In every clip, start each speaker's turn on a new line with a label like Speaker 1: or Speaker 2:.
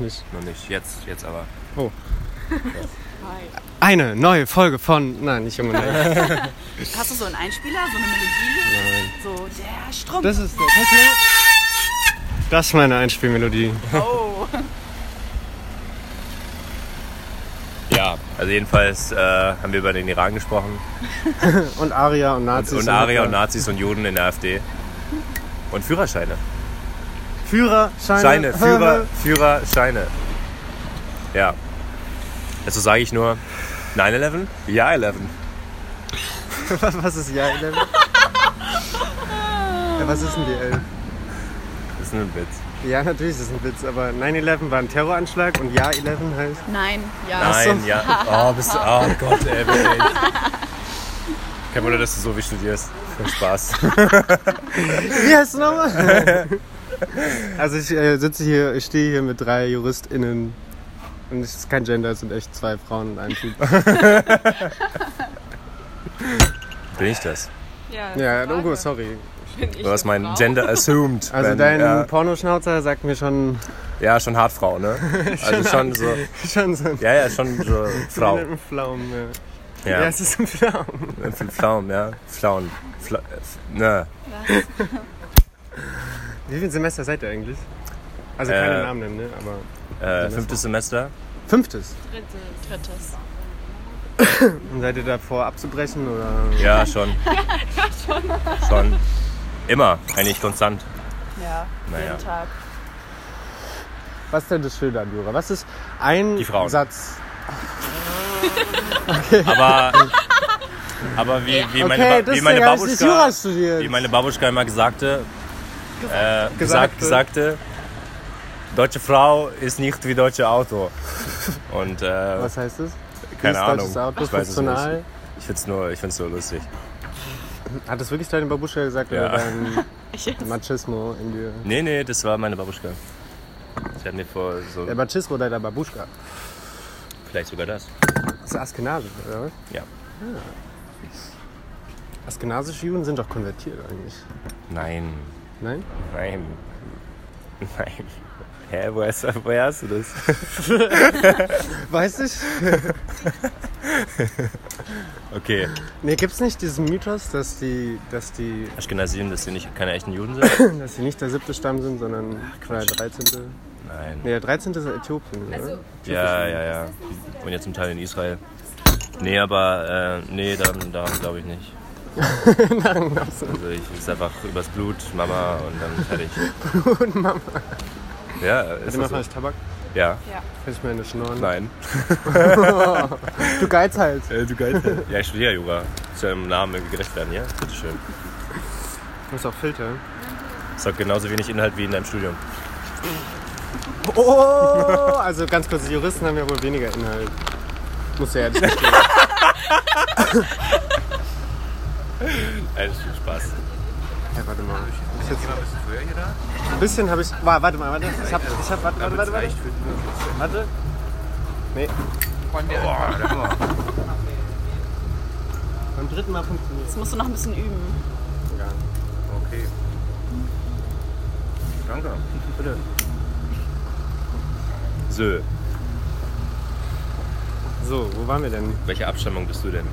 Speaker 1: nicht.
Speaker 2: Noch nicht, jetzt, jetzt aber.
Speaker 1: Oh. Eine neue Folge von. Nein, nicht immer neu.
Speaker 3: Hast du so einen Einspieler, so eine Melodie? So, der Strumpf.
Speaker 1: Das ist. Das ist, das ist meine Einspielmelodie.
Speaker 3: oh.
Speaker 2: Ja, also jedenfalls äh, haben wir über den Iran gesprochen.
Speaker 1: Und Aria und Nazis.
Speaker 2: und Arier und Nazis und Juden in der AfD. Und Führerscheine.
Speaker 1: Führerscheine.
Speaker 2: Scheine, Führer, Führerscheine. Ja. Also sage ich nur 9-11? Ja, 11.
Speaker 1: Was ist ja 11? ja, was ist denn die 11?
Speaker 2: Das ist ein Witz.
Speaker 1: Ja, natürlich ist es ein Witz, aber 9-11 war ein Terroranschlag und Ja 11 heißt.
Speaker 3: Nein, ja.
Speaker 2: Nein, ja. Oh, bist du. Oh Gott, ey, wirklich. Kein Wunder, dass du so wie studierst. Viel Spaß.
Speaker 1: Wie heißt du nochmal? also ich äh, sitze hier, ich stehe hier mit drei JuristInnen und es ist kein Gender, es sind echt zwei Frauen und ein Typ.
Speaker 2: Bin ich das?
Speaker 4: Ja,
Speaker 1: ja,
Speaker 4: Frage.
Speaker 1: Logo, sorry.
Speaker 4: Bin ich
Speaker 2: Du hast
Speaker 4: eine
Speaker 2: mein
Speaker 4: Frau?
Speaker 2: Gender assumed.
Speaker 1: Also
Speaker 2: Ben.
Speaker 1: dein
Speaker 2: ja,
Speaker 1: Pornoschnauzer sagt mir schon,
Speaker 2: ja, schon Hartfrau, ne? Also schon so.
Speaker 1: schon so ein
Speaker 2: Ja, ja, schon so Frau.
Speaker 1: Mit einem Pflaumen. Ja. Ja.
Speaker 2: Ja,
Speaker 1: es ist ein Pflaumen.
Speaker 2: Pflaumen, ja. Pflaumen. Fla äh, f- ne.
Speaker 1: Wie viel Semester seid ihr eigentlich? Also keine
Speaker 2: Äh.
Speaker 1: Namen nennen, ne? Aber
Speaker 2: Äh, fünftes Semester.
Speaker 1: fünftes.
Speaker 4: Dritte, drittes.
Speaker 1: Und seid ihr davor abzubrechen oder?
Speaker 2: Ja, schon. schon. Schon. Immer. Eigentlich konstant.
Speaker 4: Ja,
Speaker 2: Naja.
Speaker 4: jeden Tag.
Speaker 1: Was ist denn das Schöne an Jura? Was ist ein
Speaker 2: Die Frauen.
Speaker 1: Satz?
Speaker 2: Aber, aber wie, wie meine,
Speaker 1: okay,
Speaker 2: ba
Speaker 1: das
Speaker 2: wie
Speaker 1: ist ja
Speaker 2: meine
Speaker 1: gar nicht das
Speaker 2: Babuschka.
Speaker 1: Jura studiert.
Speaker 2: Wie meine Babuschka immer gesagte, äh, gesagt,
Speaker 1: Gesagte.
Speaker 2: gesagte, deutsche Frau ist nicht wie deutsche Auto. Und äh,
Speaker 1: Was heißt das?
Speaker 2: keine
Speaker 1: Dieses
Speaker 2: Ahnung,
Speaker 1: Deutsches Auto,
Speaker 2: ich weiß es
Speaker 1: funktional.
Speaker 2: nicht. Ich find's nur, ich find's nur lustig.
Speaker 1: Hat das wirklich deine Babuschka gesagt
Speaker 2: Ja.
Speaker 1: oder dein
Speaker 4: Ich jetzt.
Speaker 1: Machismo in dir?
Speaker 2: Nee, nee, das war meine Babuschka. Ich hatte mir vor so,
Speaker 1: Der Machismo deiner Babuschka.
Speaker 2: vielleicht sogar das.
Speaker 1: Das ist Askenasisch, oder was? Ah.
Speaker 2: Ja.
Speaker 1: Askenasische Juden sind doch konvertiert eigentlich.
Speaker 2: Nein,
Speaker 1: Nein?
Speaker 2: nein, nein. Hä, woher, hast- woher hast du das?
Speaker 1: Weiß ich.
Speaker 2: Okay,
Speaker 1: Nee, gibt's nicht diesen Mythos, dass die, dass die,
Speaker 2: Aschkenasien, dass sie nicht keine echten Juden sind?
Speaker 1: dass die nicht der siebte Stamm sind, sondern der 13.
Speaker 2: Nein.
Speaker 1: Nee, der 13. ist Äthiopien, oder?
Speaker 2: Ja, ja, ja. Und jetzt zum Teil in Israel. Nee, aber äh, nee, daran, daran glaube ich nicht. Also ich ist einfach übers Blut, Mama und dann fertig.
Speaker 1: Und Mama.
Speaker 2: Ja, ist
Speaker 1: Nimm
Speaker 2: das
Speaker 1: mal
Speaker 2: so?
Speaker 1: vielleicht Tabak.
Speaker 2: Ja.
Speaker 1: Kann ich mir eine schnorren?
Speaker 2: Nein. Äh,
Speaker 1: Du halt. Geizhals.
Speaker 2: du geil. Ja, ich studiere Jura. Ist ja im Namen gerecht werden, ja? Bitteschön.
Speaker 1: Du hast auch Filter.
Speaker 2: Ist auch genauso wenig Inhalt wie in deinem Studium.
Speaker 1: Oh! Also ganz kurz, die Juristen haben ja wohl weniger Inhalt. Muss ja ehrlich gestehen.
Speaker 2: Alles viel Spaß.
Speaker 1: Ja, warte mal. Ich jetzt ein bisschen früher hier da? Ein bisschen habe ich. Wa- Warte mal, warte. Ich hab. Ich hab warte, warte, warte. Warte. warte. Nee. Beim dritten Mal funktioniert
Speaker 3: Das musst du noch ein bisschen üben.
Speaker 2: Okay. Danke. Bitte. So,
Speaker 1: So, wo waren wir denn?
Speaker 2: welche Abstammung bist du denn?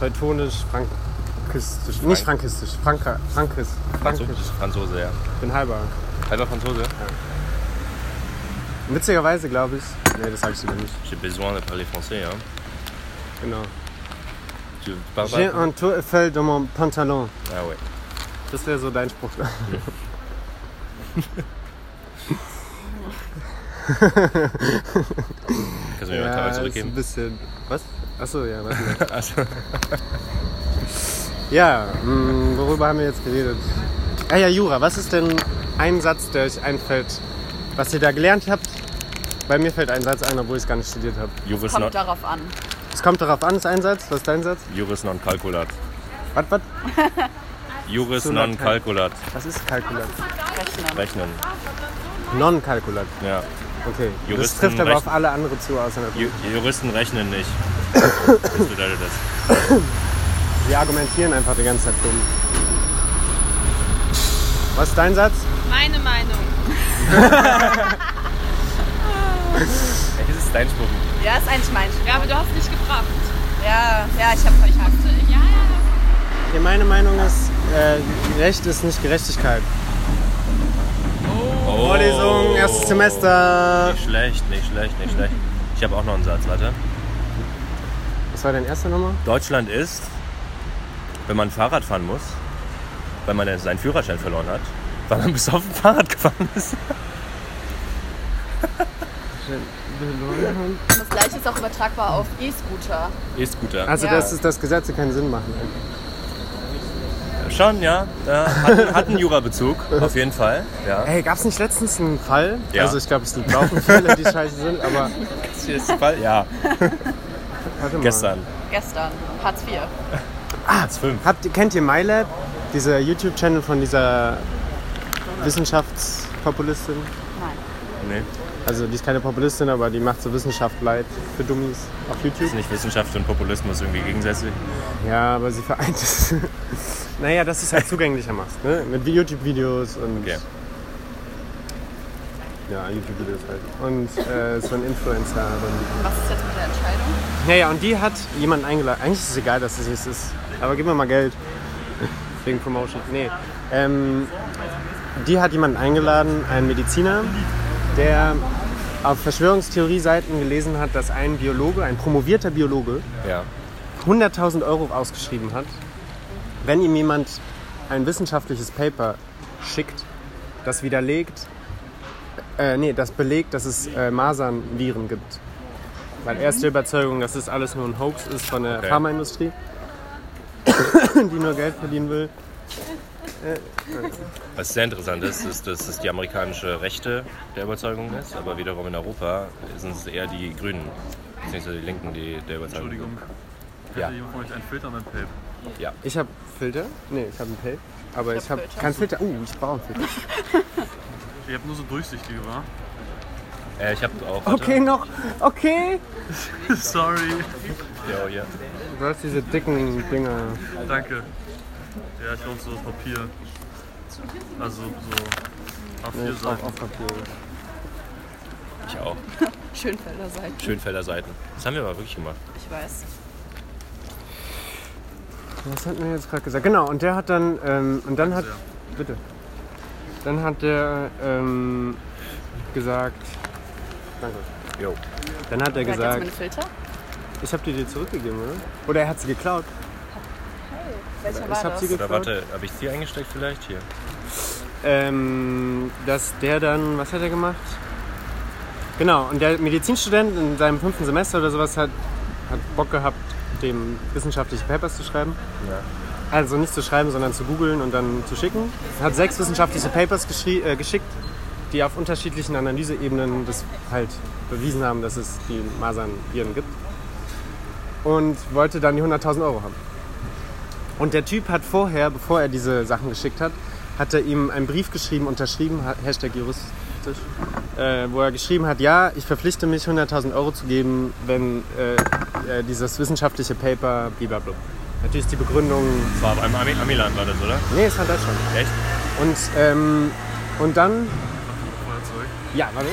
Speaker 1: Teutonisch, frankistisch. Nicht frankistisch, Franka, Frankis. Frankisch.
Speaker 2: Franzose, Franzose ja.
Speaker 1: Ich bin halber.
Speaker 2: Halber Franzose?
Speaker 1: Witzigerweise glaube ich. Nee, das sag ich lieber nicht.
Speaker 2: J'ai besoin de parler français, ja.
Speaker 1: Genau.
Speaker 2: Tu
Speaker 1: J'ai
Speaker 2: parles
Speaker 1: un tour Eiffel dans mon pantalon.
Speaker 2: Ah ouais.
Speaker 1: Das wäre so dein Spruch.
Speaker 2: Kannst du mir mal Tabak
Speaker 1: ist ein
Speaker 2: zurückgeben?
Speaker 1: bisschen. Was? Achso, ja, warte mal.
Speaker 2: Also,
Speaker 1: Ja, mh, worüber haben wir jetzt geredet? Ah ja, Jura, was ist denn ein Satz, der euch einfällt, was ihr da gelernt habt? Bei mir fällt ein Satz ein, obwohl ich es gar nicht studiert habe.
Speaker 2: Juris non,
Speaker 3: Kommt darauf an.
Speaker 1: Es kommt darauf an, ist ein Satz. Was ist dein Satz?
Speaker 2: Juris non calculat.
Speaker 1: Was, was?
Speaker 2: Juris
Speaker 1: So
Speaker 2: non
Speaker 1: Latein.
Speaker 2: calculat.
Speaker 1: Was ist Kalkulat?
Speaker 3: Rechnen.
Speaker 2: Rechnen.
Speaker 1: Non-Kalkulat.
Speaker 2: Ja.
Speaker 1: Okay. das
Speaker 2: Juristen
Speaker 1: trifft aber auf
Speaker 2: rechnen-
Speaker 1: alle andere zu, außer natürlich.
Speaker 2: Ju Juristen rechnen nicht. Was bedeutet das?
Speaker 1: Sie argumentieren einfach die ganze Zeit dumm. Was ist dein Satz?
Speaker 4: Meine Meinung.
Speaker 2: ist dein Spruch.
Speaker 3: Ja, ist eigentlich mein Spruch.
Speaker 4: Ja, aber du hast nicht gefragt.
Speaker 3: Ja, ja, ich habe verkackt.
Speaker 4: Ja, ja.
Speaker 1: Ja, meine Meinung ist, äh, Recht ist nicht Gerechtigkeit.
Speaker 2: Oh,
Speaker 1: Vorlesung, erstes Semester.
Speaker 2: Nicht schlecht, nicht schlecht, nicht schlecht. Ich habe auch noch einen Satz, warte.
Speaker 1: Was war dein erster Nummer?
Speaker 2: Deutschland ist, wenn man Fahrrad fahren muss, weil man seinen Führerschein verloren hat, weil man bis auf dem Fahrrad gefahren ist.
Speaker 4: Das gleiche ist auch übertragbar auf E-Scooter.
Speaker 2: Ist guter.
Speaker 1: Also,
Speaker 4: Ja.
Speaker 1: das ist, dass Gesetze keinen Sinn machen.
Speaker 2: Schon, ja. ja hat, hat einen Jurabezug, auf jeden Fall. Ja.
Speaker 1: Ey, gab es nicht letztens einen Fall?
Speaker 2: Ja.
Speaker 1: Also, ich glaube, es sind laufen Fälle, die scheiße sind, aber.
Speaker 2: Ist Fall? Ja,
Speaker 1: Warte mal.
Speaker 2: gestern.
Speaker 4: Gestern. Hartz IV.
Speaker 2: Als fünf.
Speaker 1: Habt, ihr- kennt ihr MyLab? Dieser YouTube-Channel von dieser Wissenschaftspopulistin?
Speaker 2: Nee,
Speaker 1: Also, die ist keine Populistin, aber die macht so Wissenschaft live für Dummies auf YouTube.
Speaker 2: ist nicht Wissenschaft und Populismus irgendwie gegensätzlich.
Speaker 1: Ja, aber sie vereint es. naja, dass du es halt zugänglicher machst, ne? Mit YouTube-Videos und.
Speaker 2: Okay.
Speaker 1: Ja, YouTube-Videos halt. Und äh, so ein Influencer. Und
Speaker 4: Was ist jetzt mit der Entscheidung?
Speaker 1: naja, und die hat jemanden eingeladen. Eigentlich ist es egal, dass es jetzt ist. Aber gib mir mal Geld. Wegen Promotion. Nee. Ähm, die hat jemanden eingeladen, einen Mediziner, der auf Verschwörungstheorie-Seiten gelesen hat, dass ein Biologe, ein promovierter Biologe,
Speaker 2: Ja.
Speaker 1: 100.000 Euro ausgeschrieben hat, wenn ihm jemand ein wissenschaftliches Paper schickt, das widerlegt, äh, nee, das belegt, dass es äh, Masernviren gibt. Weil er ist der Überzeugung, dass es alles nur ein Hoax ist von der
Speaker 2: Okay.
Speaker 1: Pharmaindustrie, die nur Geld verdienen will.
Speaker 2: Was sehr interessant ist, ist, dass es die amerikanische Rechte der Überzeugung ist, aber wiederum in Europa sind es eher die Grünen, beziehungsweise die Linken, die der Überzeugung sind.
Speaker 5: Entschuldigung,
Speaker 2: Ja.
Speaker 5: ja. jemand von euch einen Filter mit Pape?
Speaker 2: Ja.
Speaker 1: Ich habe Filter? Nee, ich habe einen Pay. Aber ich habe
Speaker 4: Filter.
Speaker 1: keinen Filter. Uh, ich brauche einen Filter.
Speaker 5: Ihr habt nur so durchsichtige, wa?
Speaker 2: Äh, ich habe auch. warte.
Speaker 1: Okay, noch. Okay.
Speaker 5: Sorry.
Speaker 2: Ja, hier.
Speaker 1: Du hast diese dicken Dinger.
Speaker 5: Danke. Ja, ich glaube, so das Papier. Also so
Speaker 1: Nee,
Speaker 5: A4
Speaker 1: ich brauch
Speaker 5: Seiten.
Speaker 1: auch Papier.
Speaker 2: Ich auch.
Speaker 4: Schönfelder sein.
Speaker 2: Schönfelder Seiten. Das haben wir aber wirklich gemacht.
Speaker 4: Ich weiß.
Speaker 1: Was hat mir jetzt gerade gesagt? Genau, und der hat dann, ähm, und dann hat, bitte, dann hat der ähm, gesagt, danke,
Speaker 2: Jo.
Speaker 1: dann hat er
Speaker 4: Wer hat jetzt
Speaker 1: gesagt,
Speaker 4: meine Filter?
Speaker 1: ich habe die dir zurückgegeben, oder? Oder er hat sie geklaut.
Speaker 4: Welcher
Speaker 1: Ich
Speaker 4: war
Speaker 1: habe
Speaker 4: das?
Speaker 1: sie
Speaker 2: Oder
Speaker 1: geklaut.
Speaker 2: warte, habe ich sie eingesteckt vielleicht? Hier.
Speaker 1: Ähm, dass der dann, was hat er gemacht? Genau, und der Medizinstudent in seinem fünften Semester oder sowas hat, hat Bock gehabt, dem wissenschaftliche Papers zu schreiben. Also nicht zu schreiben, sondern zu googeln und dann zu schicken. Hat sechs wissenschaftliche Papers geschrie- äh, geschickt, die auf unterschiedlichen Analyseebenen das halt bewiesen haben, dass es die Masernviren gibt. Und wollte dann die 100.000 Euro haben. Und der Typ hat vorher, bevor er diese Sachen geschickt hat, hat er ihm einen Brief geschrieben, unterschrieben, ha- Hashtag juristisch, äh, wo er geschrieben hat, ja, ich verpflichte mich, 100.000 Euro zu geben, wenn äh, äh, dieses wissenschaftliche Paper, blablabla. Natürlich die Begründung,
Speaker 2: Das war beim Ami Amiland war das, oder?
Speaker 1: nee, es war Deutschland.
Speaker 2: Echt?
Speaker 1: Und, ähm, und dann,
Speaker 5: Feuerzeug.
Speaker 1: ja, warte.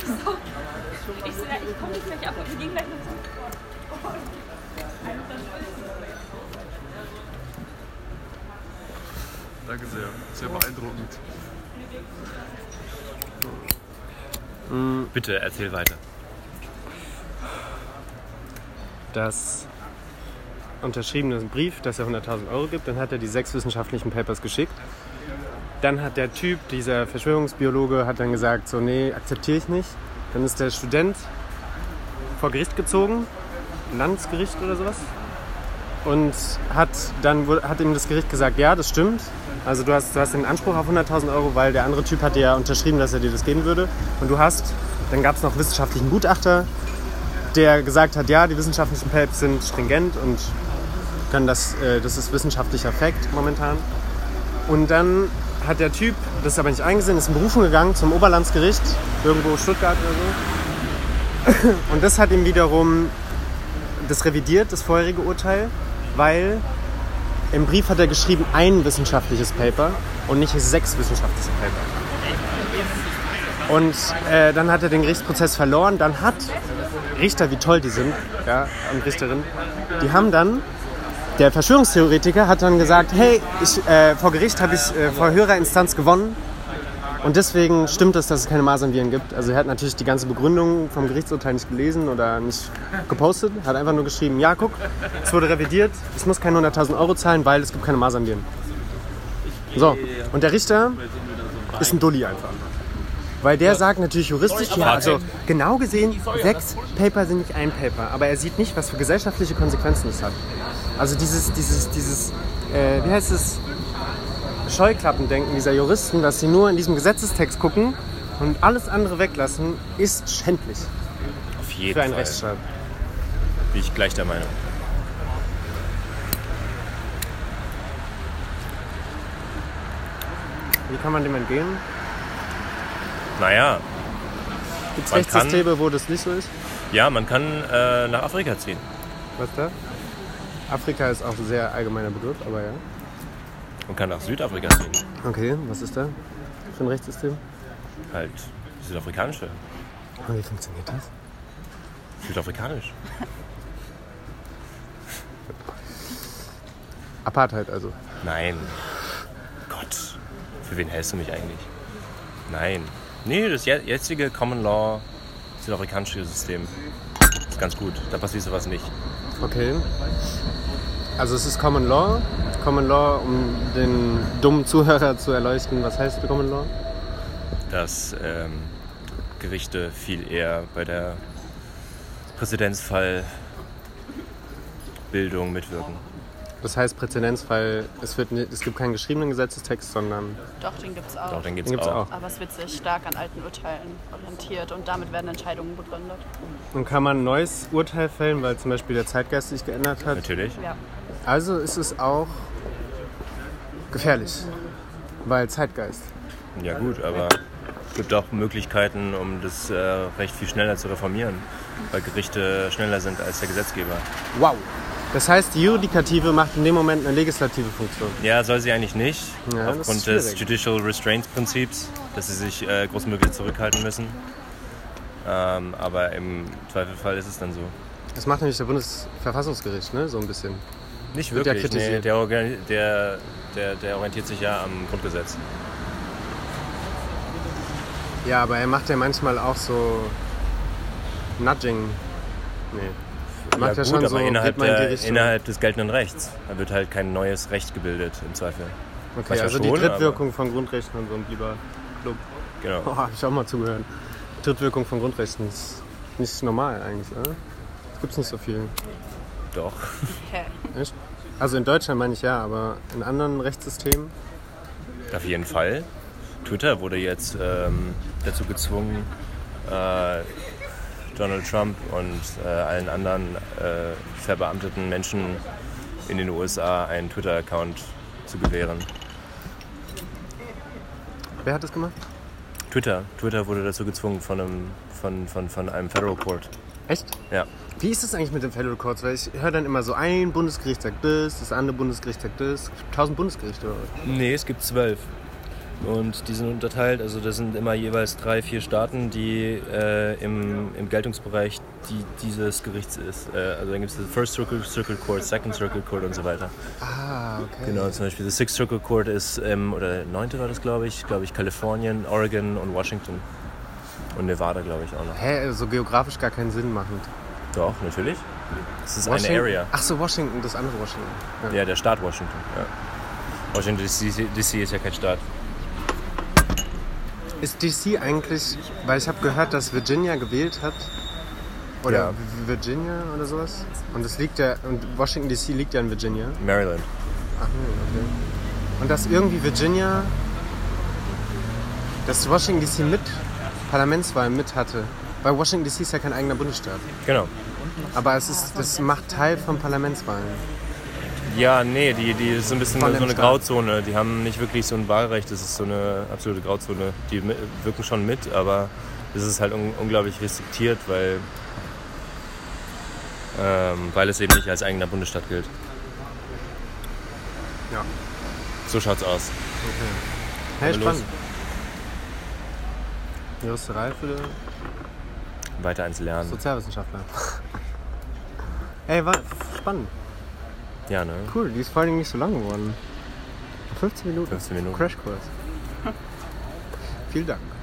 Speaker 6: Ich so, ja, ich komme nicht gleich ab, aber wir gehen gleich noch zum
Speaker 5: Danke sehr. Sehr beeindruckend.
Speaker 2: Bitte erzähl weiter.
Speaker 1: das unterschriebene Brief, dass er 100.000 Euro gibt. Dann hat er die sechs wissenschaftlichen Papers geschickt. Dann hat der Typ, dieser Verschwörungsbiologe, hat dann gesagt, so nee, akzeptiere ich nicht. Dann ist der Student vor Gericht gezogen, Landesgericht oder sowas. Und hat dann wohl- hat ihm das Gericht gesagt, ja, das stimmt. Also du hast, du hast den Anspruch auf 100.000 Euro, weil der andere Typ hat dir ja unterschrieben, dass er dir das geben würde. Und du hast, dann gab es noch wissenschaftlichen Gutachter, der gesagt hat, ja, die wissenschaftlichen Papers sind stringent und können das, äh, das ist wissenschaftlicher Fakt momentan. Und dann hat der Typ, das ist aber nicht eingesehen, ist in Berufung gegangen zum Oberlandsgericht, irgendwo Stuttgart oder so. Und das hat ihm wiederum das revidiert, das vorherige Urteil, weil im Brief hat er geschrieben ein wissenschaftliches Paper und nicht sechs wissenschaftliche Paper. Und äh, dann hat er den Gerichtsprozess verloren. Dann hat Richter, wie toll die sind, ja, und Richterinnen, die haben dann, der Verschwörungstheoretiker hat dann gesagt, hey, ich, äh, vor Gericht habe ich äh, vor höherer Instanz gewonnen. Und deswegen stimmt es, dass es keine Masernviren gibt. Also er hat natürlich die ganze Begründung vom Gerichtsurteil nicht gelesen oder nicht gepostet, hat einfach nur geschrieben, ja, guck, es wurde revidiert, ich muss keine 100.000 Euro zahlen, weil es gibt keine Masernviren. So, und der Richter ist ein Dulli einfach. Weil der sagt natürlich juristisch, ja, also genau gesehen, sechs Paper sind nicht ein Paper, aber er sieht nicht, was für gesellschaftliche Konsequenzen es hat. Also dieses, dieses, dieses, äh, wie heißt es, Scheuklappendenken dieser Juristen, dass sie nur in diesem Gesetzestext gucken und alles andere weglassen, ist schändlich
Speaker 2: Auf jeden
Speaker 1: für einen
Speaker 2: Fall.
Speaker 1: Rechtsstaat.
Speaker 2: Bin ich gleich der Meinung.
Speaker 1: Wie kann man dem entgehen?
Speaker 2: Naja,
Speaker 1: Gibt es
Speaker 2: Man
Speaker 1: Rechtssysteme, wo das nicht so ist?
Speaker 2: ja, man kann äh, nach Afrika ziehen.
Speaker 1: Was da? Afrika ist auch ein sehr allgemeiner Begriff, aber ja.
Speaker 2: Man kann nach Südafrika ziehen.
Speaker 1: Okay, was ist da für ein Rechtssystem?
Speaker 2: Halt südafrikanische.
Speaker 1: Und wie funktioniert das?
Speaker 2: Südafrikanisch.
Speaker 1: Apartheid also.
Speaker 2: Nein. Gott. Für wen hältst du mich eigentlich? Nein. Nee, das je- jetzige Common Law südafrikanische System ist ganz gut. Da passiert sowas nicht.
Speaker 1: Okay. Also es ist Common Law. Common Law, um den dummen Zuhörer zu erleuchten, was heißt Common Law?
Speaker 2: Dass ähm, Gerichte viel eher bei der Präzedenzfallbildung mitwirken.
Speaker 1: Das heißt Präzedenzfall, es, wird, ni- es gibt keinen geschriebenen Gesetzestext, sondern
Speaker 3: Doch, den gibt's
Speaker 2: Doch,
Speaker 3: auch.
Speaker 2: den gibt's,
Speaker 1: den gibt es
Speaker 2: auch.
Speaker 1: auch.
Speaker 3: Aber es wird sich stark an alten Urteilen orientiert und damit werden Entscheidungen begründet.
Speaker 1: Und kann man ein neues Urteil fällen, weil zum Beispiel der Zeitgeist sich geändert hat?
Speaker 2: Natürlich.
Speaker 3: Ja.
Speaker 1: Also ist es auch gefährlich, weil Zeitgeist.
Speaker 2: Ja gut, aber es gibt auch Möglichkeiten, um das äh, Recht viel schneller zu reformieren, weil Gerichte schneller sind als der Gesetzgeber.
Speaker 1: Wow. Das heißt, die Judikative macht in dem Moment eine legislative Funktion.
Speaker 2: Ja, soll sie eigentlich nicht,
Speaker 1: Ja, das ist
Speaker 2: aufgrund
Speaker 1: schwierig.
Speaker 2: des Judicial Restraint Prinzips, dass sie sich äh, großmöglich zurückhalten müssen. Ähm, aber im Zweifelfall ist es dann so.
Speaker 1: Das macht nämlich der Bundesverfassungsgericht, ne? So ein bisschen.
Speaker 2: Nicht
Speaker 1: Wird ja
Speaker 2: wirklich, nee,
Speaker 1: kritisiert.
Speaker 2: der, organ- der, der, der orientiert sich ja am Grundgesetz.
Speaker 1: Ja, aber er macht ja manchmal auch so Nudging. Nee. Macht ja,
Speaker 2: gut,
Speaker 1: schon
Speaker 2: aber
Speaker 1: so
Speaker 2: innerhalb,
Speaker 1: geht mal in die
Speaker 2: der,
Speaker 1: Richtung.
Speaker 2: innerhalb des geltenden Rechts. Da wird halt kein neues Recht gebildet, im Zweifel.
Speaker 1: okay,
Speaker 2: manchmal
Speaker 1: also
Speaker 2: schon,
Speaker 1: die Drittwirkung von Grundrechten und so ein lieber Club.
Speaker 2: Genau.
Speaker 1: Oh, hab ich auch mal zugehört. Drittwirkung von Grundrechten ist nicht normal eigentlich, oder? Das gibt's nicht so viel.
Speaker 2: Doch.
Speaker 3: Okay.
Speaker 1: Echt? Also in Deutschland meine ich ja, aber in anderen Rechtssystemen.
Speaker 2: Auf jeden Fall. Twitter wurde jetzt ähm, dazu gezwungen, äh, Donald Trump und äh, allen anderen äh, verbeamteten Menschen in den USA einen Twitter-Account zu gewähren.
Speaker 1: Wer hat das gemacht?
Speaker 2: Twitter, Twitter wurde dazu gezwungen von einem, von, von, von einem Federal Court.
Speaker 1: Echt?
Speaker 2: Ja.
Speaker 1: Wie ist das eigentlich mit den Federal Courts? Weil ich höre dann immer so, ein Bundesgericht sagt das, das andere Bundesgericht sagt das. Tausend Bundesgerichte. oder was?
Speaker 2: Nee, es gibt zwölf. Und die sind unterteilt, also das sind immer jeweils drei, vier Staaten, die äh, im, im Geltungsbereich die, dieses Gerichts ist. Äh, also dann gibt es das First Circle, Circle Court, Second Circle Court und so weiter.
Speaker 1: Ah, okay.
Speaker 2: Genau, zum Beispiel das Sixth Circle Court ist, ähm, oder neunte war das, glaube ich, glaube ich, Kalifornien, Oregon und Washington. Und Nevada, glaube ich, auch noch.
Speaker 1: Hä, so geografisch gar keinen Sinn machend.
Speaker 2: Doch, natürlich. Es ist
Speaker 1: Washington-
Speaker 2: eine Area.
Speaker 1: Ach so, Washington, das andere Washington.
Speaker 2: Ja, der Staat Washington. Ja. Washington DC DC ist ja kein Staat.
Speaker 1: Ist DC eigentlich, weil ich habe gehört, dass Virginia gewählt hat. Oder
Speaker 2: Ja.
Speaker 1: V- Virginia oder sowas. Und das liegt ja, und Washington DC liegt ja in Virginia.
Speaker 2: Maryland.
Speaker 1: Und dass irgendwie Virginia, dass Washington DC mit Parlamentswahlen mit hatte. Weil Washington DC ist ja kein eigener Bundesstaat.
Speaker 2: Genau.
Speaker 1: Aber es ist, das macht Teil von Parlamentswahlen.
Speaker 2: Ja, nee, die, die ist so ein bisschen so
Speaker 1: Von dem
Speaker 2: eine
Speaker 1: Staat.
Speaker 2: Grauzone. Die haben nicht wirklich so ein Wahlrecht. Das ist so eine absolute Grauzone. Die mi- wirken schon mit, aber es ist halt un unglaublich restriktiert, weil, ähm, weil es eben nicht als eigener Bundesstaat gilt.
Speaker 1: Ja.
Speaker 2: So schaut's aus.
Speaker 1: Hey,
Speaker 2: Aber
Speaker 1: spannend.
Speaker 2: los.
Speaker 1: Juristerei für
Speaker 2: Weiter ans Lernen.
Speaker 1: Sozialwissenschaftler. Ey, war spannend.
Speaker 2: Ja, ne?
Speaker 1: Cool, die ist vor allen Dingen nicht so lang geworden. 15 Minuten.
Speaker 2: 15 Minuten.
Speaker 1: Crashkurs. Vielen Dank.